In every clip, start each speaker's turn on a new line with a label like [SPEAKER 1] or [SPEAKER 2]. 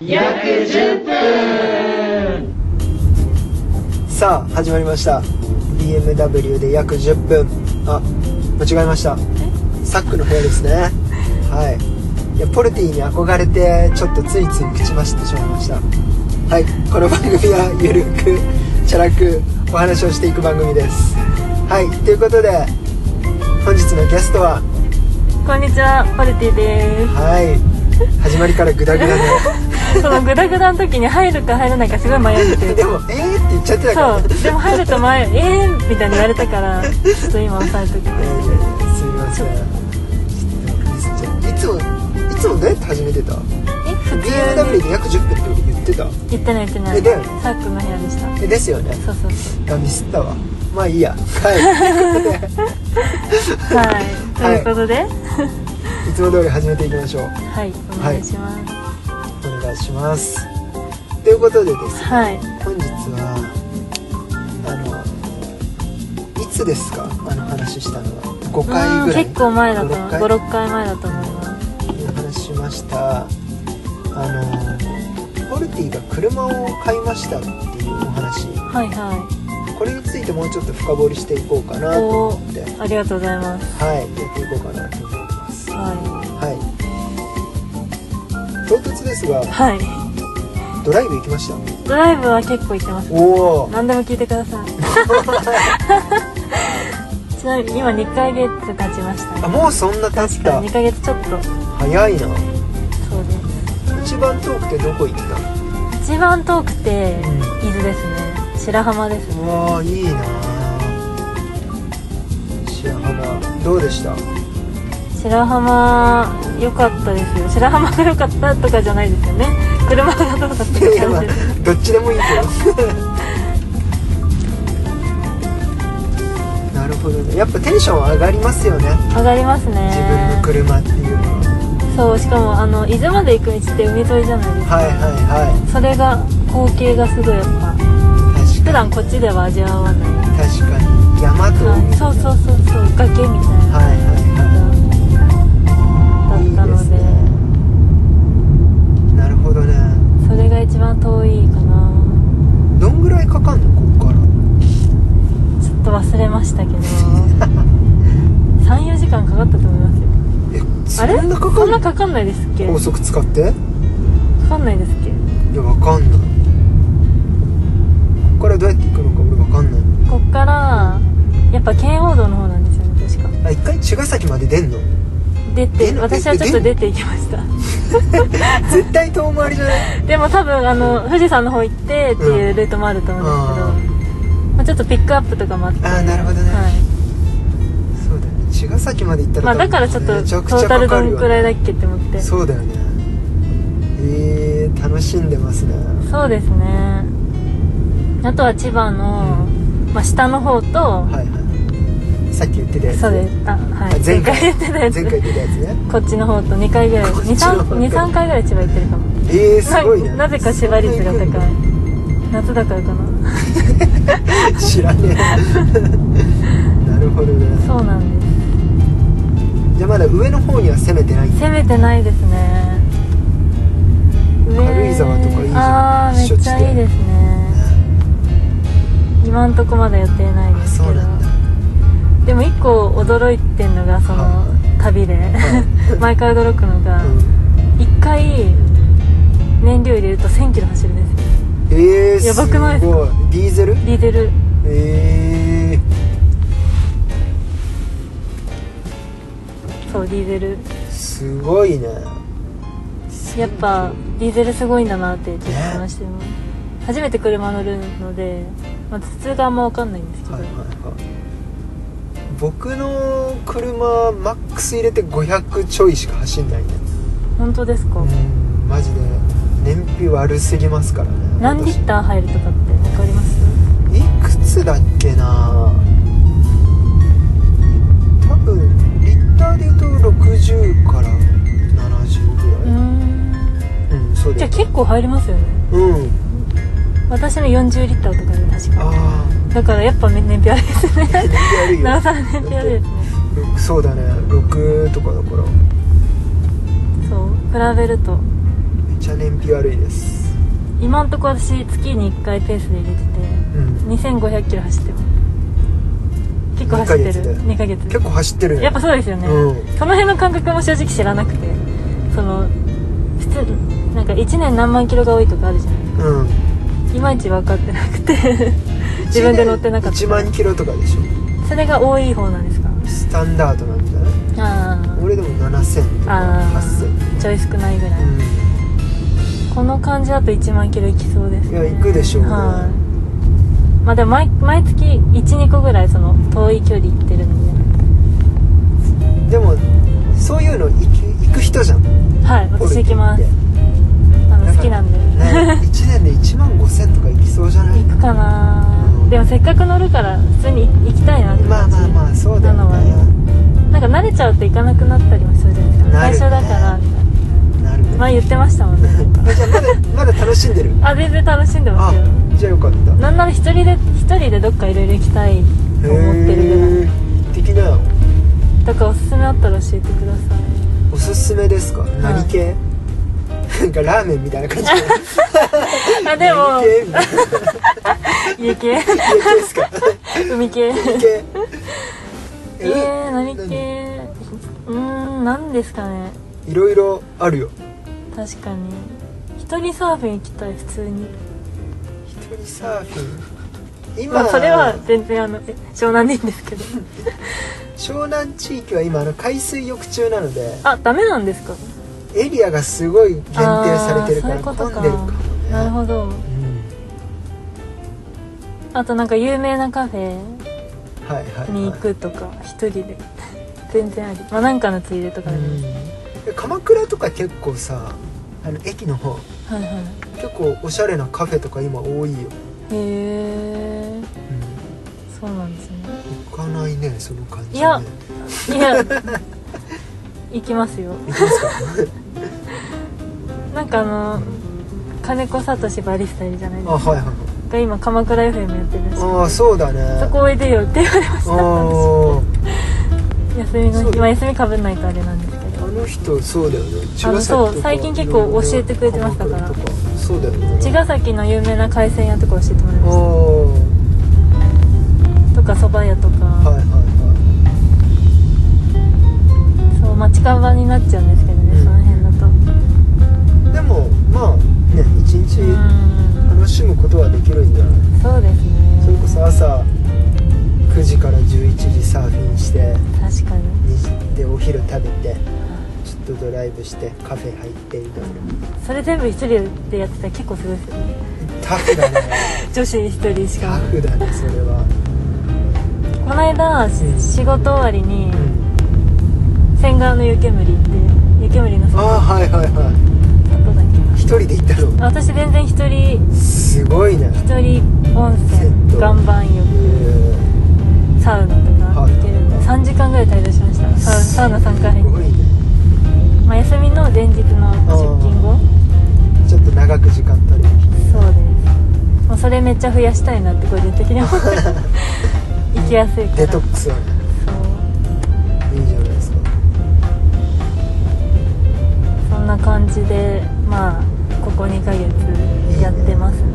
[SPEAKER 1] 約10分
[SPEAKER 2] さあ始まりました BMW で約10分あ間違えましたサックの部屋ですねはいいやポルティに憧れてちょっとついつい口走ってしまいましたはいこの番組はゆるくチャラくお話をしていく番組ですはいということで本日のゲストは
[SPEAKER 1] こんにちはパルティで
[SPEAKER 2] はい始まりからグダグダ
[SPEAKER 1] すそのグダグダの時に入るか入らないかすごい迷って
[SPEAKER 2] で
[SPEAKER 1] て
[SPEAKER 2] でも「えー?」って言っちゃってたから
[SPEAKER 1] そうでも入ると前「えー!」みたいに言われたからちょっと今抑えとき
[SPEAKER 2] いやいやいやすみませんちょっとでも
[SPEAKER 1] ま
[SPEAKER 2] ミスっちゃったいつもいつもどうやって始めてた
[SPEAKER 1] え普通
[SPEAKER 2] BMW
[SPEAKER 1] に
[SPEAKER 2] で約10分って言ってた
[SPEAKER 1] 言ってない言ってな
[SPEAKER 2] え
[SPEAKER 1] い
[SPEAKER 2] だよね
[SPEAKER 1] サックの部屋でした
[SPEAKER 2] えですよね
[SPEAKER 1] そうそうそ
[SPEAKER 2] あミスったわまあいいやはいとい
[SPEAKER 1] う
[SPEAKER 2] うことで
[SPEAKER 1] はいということで
[SPEAKER 2] いつも通り始めていきましょう
[SPEAKER 1] はいお願いします
[SPEAKER 2] お願いしますということでですね
[SPEAKER 1] はい
[SPEAKER 2] 本日はあのいつですかあの話したのは
[SPEAKER 1] う
[SPEAKER 2] 5回ぐ
[SPEAKER 1] ん
[SPEAKER 2] らい
[SPEAKER 1] 結構前だと思う
[SPEAKER 2] 5 6回
[SPEAKER 1] 56回前だと思います
[SPEAKER 2] 話しましたあのポルティが車を買いましたっていうお話
[SPEAKER 1] はいは
[SPEAKER 2] これについてもうちょっと深掘りしていこうかなと思ってはい
[SPEAKER 1] いありがとうございます
[SPEAKER 2] やっていこうかなと思いますは
[SPEAKER 1] はい
[SPEAKER 2] 唐突ですが
[SPEAKER 1] はい
[SPEAKER 2] ドライブ行きました
[SPEAKER 1] ドライブは結構行ってます
[SPEAKER 2] おお
[SPEAKER 1] 何でも聞いてください ちなみに今2ヶ月経ちました
[SPEAKER 2] あ
[SPEAKER 1] ね
[SPEAKER 2] もうそんな経っ
[SPEAKER 1] 確か
[SPEAKER 2] た
[SPEAKER 1] に2ヶ月ちょっと
[SPEAKER 2] 早いな
[SPEAKER 1] そうで
[SPEAKER 2] 一番遠くてどこ行った
[SPEAKER 1] す一番遠くて
[SPEAKER 2] うん
[SPEAKER 1] 伊豆ですね白浜ですね
[SPEAKER 2] うわーいいな白浜どうでした
[SPEAKER 1] 白浜良かったですよ白浜が良かったとかじゃないですよね車がどうだったって
[SPEAKER 2] いやまあ
[SPEAKER 1] 感じです
[SPEAKER 2] どっちでもいいけど なるほどねやっぱテンション上がりますよね
[SPEAKER 1] 上がりますね
[SPEAKER 2] 自分の車っていうのは
[SPEAKER 1] そうしかもあの伊豆まで行く道って海沿いじゃないですか、
[SPEAKER 2] はいは
[SPEAKER 1] それが光景がすごいやっぱ
[SPEAKER 2] いはい
[SPEAKER 1] 普
[SPEAKER 2] 確か
[SPEAKER 1] 段こっちでは味わわない
[SPEAKER 2] に確かに山と海
[SPEAKER 1] そうそうそうそう崖みたいな
[SPEAKER 2] はいは
[SPEAKER 1] だ
[SPEAKER 2] いはい
[SPEAKER 1] ったので
[SPEAKER 2] いいですねなるほどね
[SPEAKER 1] それが一番遠いかな
[SPEAKER 2] どんぐらいかかんのこっか
[SPEAKER 1] ちょ
[SPEAKER 2] ら
[SPEAKER 1] っと忘れましたけ ど34時間かかったと思いますよ
[SPEAKER 2] えそ
[SPEAKER 1] あれ
[SPEAKER 2] んなかか
[SPEAKER 1] そん
[SPEAKER 2] ん
[SPEAKER 1] な
[SPEAKER 2] の
[SPEAKER 1] かかんないですっけ
[SPEAKER 2] 高
[SPEAKER 1] か
[SPEAKER 2] 速使って
[SPEAKER 1] かんないですっけ
[SPEAKER 2] いやわかんないこっからどうやって行くのか俺わかんない
[SPEAKER 1] こっからやっぱ圏央道の方なんですよね確か
[SPEAKER 2] あ一回茅ヶ崎まで出 んの
[SPEAKER 1] 出
[SPEAKER 2] え
[SPEAKER 1] て
[SPEAKER 2] な
[SPEAKER 1] 私はちょっと出ていきました
[SPEAKER 2] 絶対遠回りじゃない
[SPEAKER 1] でも多分あの富士山の方行ってっていうルートもあると思うんですけど、まあ、ちょっとピックアップとかもあって
[SPEAKER 2] あーなるほどね
[SPEAKER 1] はい
[SPEAKER 2] そうだよね茅ヶ崎まで行ったら、
[SPEAKER 1] まあ、だからちょっとト
[SPEAKER 2] めちゃくち
[SPEAKER 1] ー
[SPEAKER 2] ゃ
[SPEAKER 1] タ
[SPEAKER 2] か
[SPEAKER 1] ル
[SPEAKER 2] か
[SPEAKER 1] ど
[SPEAKER 2] る
[SPEAKER 1] ん
[SPEAKER 2] よ、
[SPEAKER 1] くらい
[SPEAKER 2] ね、
[SPEAKER 1] だっけって思ってそう
[SPEAKER 2] そうだよねえー、楽しんでますね
[SPEAKER 1] ですねあとは千葉の、まあ、下の方と、
[SPEAKER 2] はいはいさっき言ってたやつ
[SPEAKER 1] そうですあはい
[SPEAKER 2] 前
[SPEAKER 1] 前
[SPEAKER 2] 回
[SPEAKER 1] 回言ってたやつ
[SPEAKER 2] 前回言ってたやつね
[SPEAKER 1] こっちの方と2回ぐらい
[SPEAKER 2] こっちの方と
[SPEAKER 1] 23回ぐらい千葉行ってるかも
[SPEAKER 2] えー、すごいね
[SPEAKER 1] ななぜか芝率が高い夏だからかな
[SPEAKER 2] 知らねえ なるほどね
[SPEAKER 1] そうなんで
[SPEAKER 2] じゃあまだ上の方には攻めてない
[SPEAKER 1] す攻めてないですね上
[SPEAKER 2] 軽井沢とかいいじゃん
[SPEAKER 1] ああーめっちゃいいですね今んとこまだ予定ないで
[SPEAKER 2] あ
[SPEAKER 1] すけ
[SPEAKER 2] そう
[SPEAKER 1] ど
[SPEAKER 2] なんだ
[SPEAKER 1] でも一個驚いてんのがその
[SPEAKER 2] は
[SPEAKER 1] 旅で毎回驚くのが
[SPEAKER 2] うん
[SPEAKER 1] 1回燃料入れると1 0 0 0キロ走るんですよ
[SPEAKER 2] えー、
[SPEAKER 1] やばくないです
[SPEAKER 2] す
[SPEAKER 1] か
[SPEAKER 2] ごいディーゼル
[SPEAKER 1] リーデル
[SPEAKER 2] え
[SPEAKER 1] そうディーゼル
[SPEAKER 2] ー、すごいね
[SPEAKER 1] やっぱディーゼルすごいんだなってちょっと話してます、初めて車乗るので、まあ、普通があんま分かんないんですけど、
[SPEAKER 2] はいはいはい僕の車マックス入れて500ちょいしか走んないね
[SPEAKER 1] 本当ですか、
[SPEAKER 2] うんマジで燃費悪すぎますからね
[SPEAKER 1] 何リッター入るとかって分かります
[SPEAKER 2] 私いくつだっけな多分リッターで言うと60から
[SPEAKER 1] う
[SPEAKER 2] 70ぐらい
[SPEAKER 1] ーん
[SPEAKER 2] うん、そう
[SPEAKER 1] じ
[SPEAKER 2] だ
[SPEAKER 1] ゃあ
[SPEAKER 2] よ
[SPEAKER 1] 結構入りますよね
[SPEAKER 2] うん
[SPEAKER 1] 私の40リッターとかで確か
[SPEAKER 2] あ
[SPEAKER 1] だからやっぱ燃費あれですね
[SPEAKER 2] あや るよ
[SPEAKER 1] なおさら燃費あれですね
[SPEAKER 2] そうだね6とかだから
[SPEAKER 1] そう比べると
[SPEAKER 2] めちちゃ燃費悪いです
[SPEAKER 1] 今んとこ私月に1回ペースで入れて
[SPEAKER 2] うん
[SPEAKER 1] て2500キロ走ってます結構走ってる
[SPEAKER 2] 二
[SPEAKER 1] 2ヶ月
[SPEAKER 2] 結構走ってる
[SPEAKER 1] やっぱそうですよね、
[SPEAKER 2] うん
[SPEAKER 1] その辺の感覚も正直知らなくてその普通なんか1年何万キロが多いとかあるじゃないで
[SPEAKER 2] うん
[SPEAKER 1] すかいまいち分かってなく て自分で乗ってなかった
[SPEAKER 2] 1万キロとかでしょ
[SPEAKER 1] それが多い方なんですか
[SPEAKER 2] スタンダードなんじゃない
[SPEAKER 1] あー
[SPEAKER 2] 俺でも7000とか
[SPEAKER 1] あ
[SPEAKER 2] 8000
[SPEAKER 1] ーちょい少ないぐらい、
[SPEAKER 2] う
[SPEAKER 1] この感じだと1万キロいきそうです、ね、
[SPEAKER 2] いや行くでしょうね
[SPEAKER 1] はいまあでも毎毎月12個ぐらいその遠い距離行ってるの
[SPEAKER 2] んでもそういうの行く行く人じゃん
[SPEAKER 1] ではい
[SPEAKER 2] ポル
[SPEAKER 1] 私
[SPEAKER 2] ティ
[SPEAKER 1] 行きます
[SPEAKER 2] って
[SPEAKER 1] あ
[SPEAKER 2] だから
[SPEAKER 1] の好きなんで、
[SPEAKER 2] ね、1 年で1万5000とか行きそうじゃない
[SPEAKER 1] 行くかな
[SPEAKER 2] うん
[SPEAKER 1] でもせっかく乗るから普通に行きたいなって
[SPEAKER 2] まあ
[SPEAKER 1] 感じ
[SPEAKER 2] まあまあそうだよ
[SPEAKER 1] なのはね
[SPEAKER 2] ね
[SPEAKER 1] なんか慣れちゃうと行かなくなったりもするじゃないですか最
[SPEAKER 2] なる
[SPEAKER 1] 初だからみたいな
[SPEAKER 2] なるね、
[SPEAKER 1] 前言ってましたもん ね
[SPEAKER 2] じゃあまだまだ楽しんでる
[SPEAKER 1] あ全然楽しんでま
[SPEAKER 2] あ
[SPEAKER 1] すよ
[SPEAKER 2] じゃあよかったへ
[SPEAKER 1] なんなら一人で一人でどっかいろいろ行きたいと思ってるぐらい
[SPEAKER 2] ー的な
[SPEAKER 1] だからおすすめあったら教えてくださ
[SPEAKER 2] おすすめですか、何系なんかラーメンみたいな感じで
[SPEAKER 1] い あでも
[SPEAKER 2] 何系みたいな
[SPEAKER 1] 家系
[SPEAKER 2] 何系ですか
[SPEAKER 1] 海系
[SPEAKER 2] 何系
[SPEAKER 1] えー、何系うーん何ですかね
[SPEAKER 2] いろいろあるよ
[SPEAKER 1] 確かに一人サーフィン行きたい普通に
[SPEAKER 2] 一人サーフィン今、
[SPEAKER 1] まあそれは全然あのえ湘南でいいんですけど
[SPEAKER 2] 湘南地域は今あの海水浴中なので
[SPEAKER 1] あダメなんですか
[SPEAKER 2] エリアがすごい限定されてるから
[SPEAKER 1] あーそういうこと
[SPEAKER 2] 混ん
[SPEAKER 1] か
[SPEAKER 2] でるかもね
[SPEAKER 1] なるほど
[SPEAKER 2] うん
[SPEAKER 1] あとなんか有名なカフェ
[SPEAKER 2] はいはい、はい、
[SPEAKER 1] に行くとか一人で全然ありまあなんかのついでとかでも、
[SPEAKER 2] うん鎌倉とか結構さあの駅の方
[SPEAKER 1] はいは
[SPEAKER 2] 結構おしゃれなカフェとか今多いよ、
[SPEAKER 1] いへえそうなんですね
[SPEAKER 2] 行かないねその感じ、ね、
[SPEAKER 1] いやいや行きますよ
[SPEAKER 2] 行きますか
[SPEAKER 1] なんかあの金子聡バリスタいるじゃないです
[SPEAKER 2] あ
[SPEAKER 1] か
[SPEAKER 2] はいはいはい
[SPEAKER 1] が今鎌倉 FM やってるんです
[SPEAKER 2] ああそうだね
[SPEAKER 1] そこおいでよって言われました
[SPEAKER 2] あ
[SPEAKER 1] 休み
[SPEAKER 2] そ
[SPEAKER 1] の
[SPEAKER 2] う
[SPEAKER 1] 日まあ休みかぶんないとあれなんですけ
[SPEAKER 2] ああ
[SPEAKER 1] ど
[SPEAKER 2] の人そうだよね茅ヶ崎
[SPEAKER 1] そう
[SPEAKER 2] とか
[SPEAKER 1] 最近結構教えてくれてましたから
[SPEAKER 2] 鎌倉とそうだよね
[SPEAKER 1] 茅ヶ崎の有名な海鮮屋とか教えてもらい
[SPEAKER 2] ああ
[SPEAKER 1] ましたとか蕎麦屋とか、
[SPEAKER 2] はいはいは
[SPEAKER 1] そうまあ近場になっちゃうんですけどね、
[SPEAKER 2] うん
[SPEAKER 1] その辺だと
[SPEAKER 2] いでもまあね一日
[SPEAKER 1] うん
[SPEAKER 2] 楽しむことはできるんじゃない
[SPEAKER 1] そうですね
[SPEAKER 2] それこそ朝9時から11時サーフィンして
[SPEAKER 1] 確かに
[SPEAKER 2] 2時でお昼食べてちょっとドライブしてカフェ入ってみたいな
[SPEAKER 1] それ全部一人でやってたら結構すごいですよね
[SPEAKER 2] タフ だね
[SPEAKER 1] 女子一人し
[SPEAKER 2] タ
[SPEAKER 1] か
[SPEAKER 2] フだねそれは
[SPEAKER 1] この間し
[SPEAKER 2] うん
[SPEAKER 1] 仕事終わりに
[SPEAKER 2] うん
[SPEAKER 1] 仙川の湯煙って湯煙の
[SPEAKER 2] あ
[SPEAKER 1] 外
[SPEAKER 2] あはいはいはい
[SPEAKER 1] どこだっけ
[SPEAKER 2] 一人で行ったの
[SPEAKER 1] な私全然一人
[SPEAKER 2] すごいね
[SPEAKER 1] 一人温
[SPEAKER 2] 銭
[SPEAKER 1] 泉
[SPEAKER 2] 湯
[SPEAKER 1] 岩盤
[SPEAKER 2] え
[SPEAKER 1] 浴
[SPEAKER 2] ー
[SPEAKER 1] サウナとか行ってるんで
[SPEAKER 2] はい
[SPEAKER 1] 3時間ぐらい滞在しましたサウサウナ3回入
[SPEAKER 2] す
[SPEAKER 1] っ
[SPEAKER 2] ご
[SPEAKER 1] て、
[SPEAKER 2] いね
[SPEAKER 1] まあ、休みの前日の出勤後
[SPEAKER 2] ちょっと長く時間取れる
[SPEAKER 1] そうですもうそれめっちゃ増やしたいなって個人的に思って行きやすいから
[SPEAKER 2] デトックスはね
[SPEAKER 1] そう
[SPEAKER 2] いいじゃないですか
[SPEAKER 1] そんな感じでまあここ2ヶ月やってますね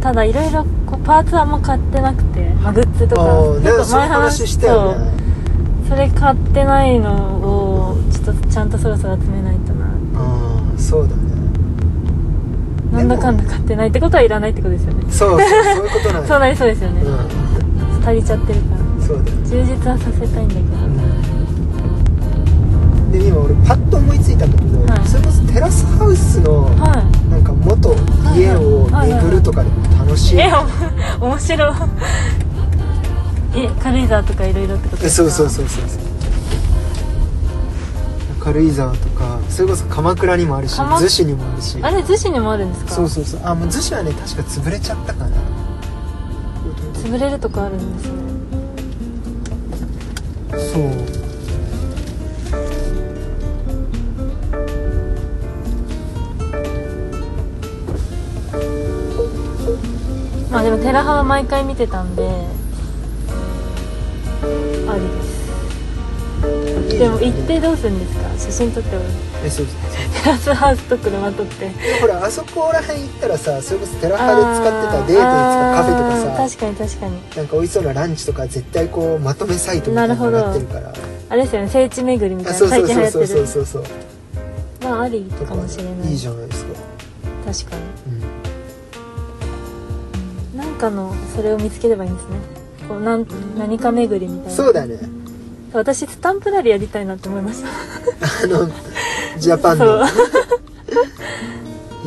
[SPEAKER 1] ただいろいろこうパーツはもう買ってなくて、まあ、グッズとか
[SPEAKER 2] ああね
[SPEAKER 1] 結構
[SPEAKER 2] その話したよね
[SPEAKER 1] そうそれ買ってないのをちょっとちゃんとそろそろ集めないとな
[SPEAKER 2] ああそうだね
[SPEAKER 1] なんだかんだ買ってないってことはいらないってことですよね
[SPEAKER 2] そうそうそういうことなん
[SPEAKER 1] そう
[SPEAKER 2] だ
[SPEAKER 1] なりそうですよね、足りちゃってるから
[SPEAKER 2] うんそうだよ
[SPEAKER 1] 充実はさせたいんだけど、
[SPEAKER 2] で今俺パッと思いついたんだけど、
[SPEAKER 1] はい
[SPEAKER 2] それこそテラスハウスの
[SPEAKER 1] はい
[SPEAKER 2] なんか元家を巡るとかでも楽しい、
[SPEAKER 1] えおも 面白いえ軽井沢とかいろいろってこと
[SPEAKER 2] え
[SPEAKER 1] です
[SPEAKER 2] そ
[SPEAKER 1] か
[SPEAKER 2] うそうそうそうそう軽井沢とかそれこそ鎌倉にもあるし
[SPEAKER 1] 鎌
[SPEAKER 2] 逗子にもあるし
[SPEAKER 1] あれ逗子にもあるんですか
[SPEAKER 2] そうそうそうあもう逗子はね確か潰れちゃったかな
[SPEAKER 1] 潰れるとかあるんですね
[SPEAKER 2] そう
[SPEAKER 1] まあでも寺派は毎回見てたんでありです
[SPEAKER 2] いい
[SPEAKER 1] でも行ってどうするんですか写真撮っても
[SPEAKER 2] えそうです
[SPEAKER 1] テラスハウスと車撮って
[SPEAKER 2] ほらあそこら辺行ったらさそれこそテラ
[SPEAKER 1] あ
[SPEAKER 2] ハで使ってたデートに使うカフェと
[SPEAKER 1] あ
[SPEAKER 2] か
[SPEAKER 1] ー
[SPEAKER 2] さ
[SPEAKER 1] 確かに確かに
[SPEAKER 2] なんか美味しそうなランチとか絶対こうまとめサイトみたいになってるから
[SPEAKER 1] あれですよね聖地巡りみたい
[SPEAKER 2] あ
[SPEAKER 1] な
[SPEAKER 2] そうそ
[SPEAKER 1] 最
[SPEAKER 2] う
[SPEAKER 1] 近流
[SPEAKER 2] そう
[SPEAKER 1] 行って
[SPEAKER 2] そうそ
[SPEAKER 1] る
[SPEAKER 2] うそうそう
[SPEAKER 1] まああり
[SPEAKER 2] と
[SPEAKER 1] かもしれない
[SPEAKER 2] いいじゃないですか、
[SPEAKER 1] 確かに
[SPEAKER 2] うん、
[SPEAKER 1] なんかのそれを見つければいいんですねこうなん何か巡りみたいな
[SPEAKER 2] そうだね
[SPEAKER 1] 私スタンプラリーやりたいなって思いました
[SPEAKER 2] あのジャパン
[SPEAKER 1] そう
[SPEAKER 2] の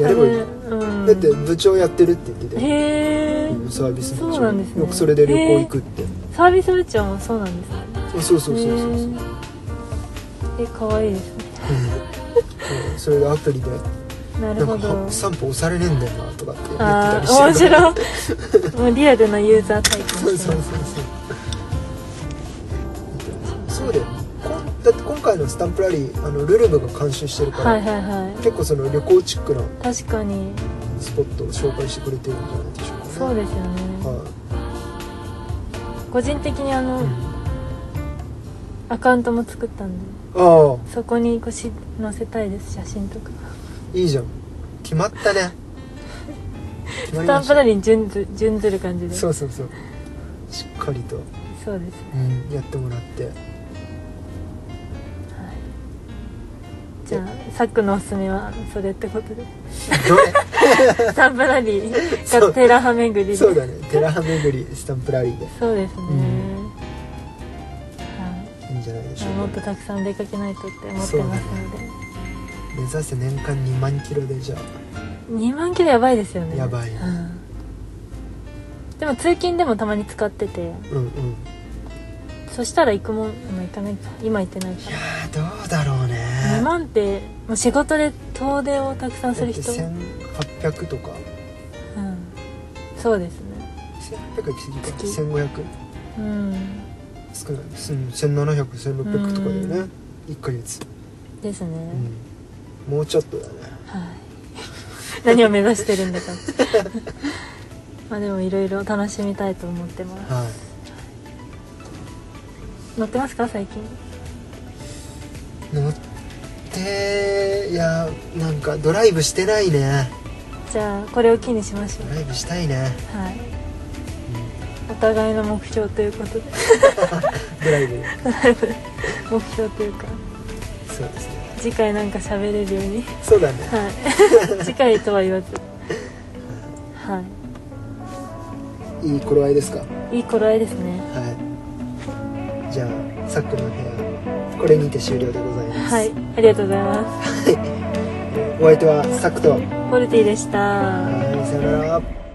[SPEAKER 2] やればいいじゃん
[SPEAKER 1] うん
[SPEAKER 2] だって部長やってるって言ってたよ
[SPEAKER 1] へえ
[SPEAKER 2] うんサービス部長
[SPEAKER 1] そうなんですね
[SPEAKER 2] よくそれで旅行行くって
[SPEAKER 1] サービス部長もそうなんですね
[SPEAKER 2] そうそうそうそうそうそう
[SPEAKER 1] へーえ可愛いですね
[SPEAKER 2] うんそれでアプリで
[SPEAKER 1] な
[SPEAKER 2] な
[SPEAKER 1] る
[SPEAKER 2] ん
[SPEAKER 1] ほ
[SPEAKER 2] か
[SPEAKER 1] ど
[SPEAKER 2] は散歩押されねえんだよなとかって言ってた
[SPEAKER 1] あ
[SPEAKER 2] り
[SPEAKER 1] あ面
[SPEAKER 2] してる
[SPEAKER 1] 白いもうリアルなユーザー体験
[SPEAKER 2] そうそう
[SPEAKER 1] し
[SPEAKER 2] そ
[SPEAKER 1] てる
[SPEAKER 2] うそうそうだよこんだって今回のスタンプラリーあのルルブが監修してるから、
[SPEAKER 1] はいはいは
[SPEAKER 2] 結構その旅行チックない
[SPEAKER 1] 確かに
[SPEAKER 2] スポットを紹介してくれてるんじゃないでしょうかね
[SPEAKER 1] そうですよね
[SPEAKER 2] は
[SPEAKER 1] 個人的にあの、
[SPEAKER 2] い、
[SPEAKER 1] アカウントも作ったんで
[SPEAKER 2] うんあ
[SPEAKER 1] そこにこうし載せたいです写真とか
[SPEAKER 2] あいいじゃん決まったね決
[SPEAKER 1] ス
[SPEAKER 2] まり
[SPEAKER 1] タ
[SPEAKER 2] ま
[SPEAKER 1] ンプ
[SPEAKER 2] した
[SPEAKER 1] ラリーに準ず準ずる感じで
[SPEAKER 2] そうそうそうしっかりと、
[SPEAKER 1] そうです
[SPEAKER 2] うん、やってもらって
[SPEAKER 1] じゃあさっくのおすすめはそれって ことで
[SPEAKER 2] どれ
[SPEAKER 1] スタンプラリー
[SPEAKER 2] そう
[SPEAKER 1] がテラハ巡りで
[SPEAKER 2] そうだね寺ハ巡りスタンプラリーで
[SPEAKER 1] そうですね、
[SPEAKER 2] うん
[SPEAKER 1] はい
[SPEAKER 2] いんじゃないでしょ
[SPEAKER 1] も
[SPEAKER 2] う
[SPEAKER 1] っ
[SPEAKER 2] か
[SPEAKER 1] とたくさん出かけないとって思って
[SPEAKER 2] そうだ
[SPEAKER 1] ま
[SPEAKER 2] ね
[SPEAKER 1] すので、
[SPEAKER 2] 目指せ年間2万キロでじゃあ
[SPEAKER 1] 2万キロやばいですよね
[SPEAKER 2] やばい
[SPEAKER 1] うんでも通勤でもたまに使ってて
[SPEAKER 2] うんうん
[SPEAKER 1] そしたら行くもんまあ行かないか今行ってないか
[SPEAKER 2] いや
[SPEAKER 1] ら
[SPEAKER 2] ーどうだろうね
[SPEAKER 1] 2万って、まあ、仕事で遠出をたくさんす
[SPEAKER 2] だっ
[SPEAKER 1] る
[SPEAKER 2] て
[SPEAKER 1] 人、
[SPEAKER 2] 1800とか
[SPEAKER 1] うん、そうですね
[SPEAKER 2] 1800行き過ぎか
[SPEAKER 1] 月
[SPEAKER 2] 1500
[SPEAKER 1] うん
[SPEAKER 2] 少ない17001600とかだよ
[SPEAKER 1] う
[SPEAKER 2] ね1ヶ月、
[SPEAKER 1] ですね、
[SPEAKER 2] うん、もうちょっとだね
[SPEAKER 1] はい何を目指してるんだか まあでもいろいろ楽しみたいと思ってます
[SPEAKER 2] は
[SPEAKER 1] 乗ってますか最近
[SPEAKER 2] い乗っていやーなんかドライブしてないね
[SPEAKER 1] じゃあこれを機にしましょ
[SPEAKER 2] ドライブしたいね
[SPEAKER 1] うはいお互いの目標ということで
[SPEAKER 2] ドライブ
[SPEAKER 1] 目標というか
[SPEAKER 2] そうですね
[SPEAKER 1] 次回なんか喋れるように
[SPEAKER 2] そうだね
[SPEAKER 1] はい次回とは言わずはい
[SPEAKER 2] いい頃合いですか
[SPEAKER 1] いい頃合いですね
[SPEAKER 2] はいじゃあさっくの部屋これにて終了でございます、
[SPEAKER 1] はいありがとうございます
[SPEAKER 2] お相手はさっくと
[SPEAKER 1] ポルティでした
[SPEAKER 2] はいさよなら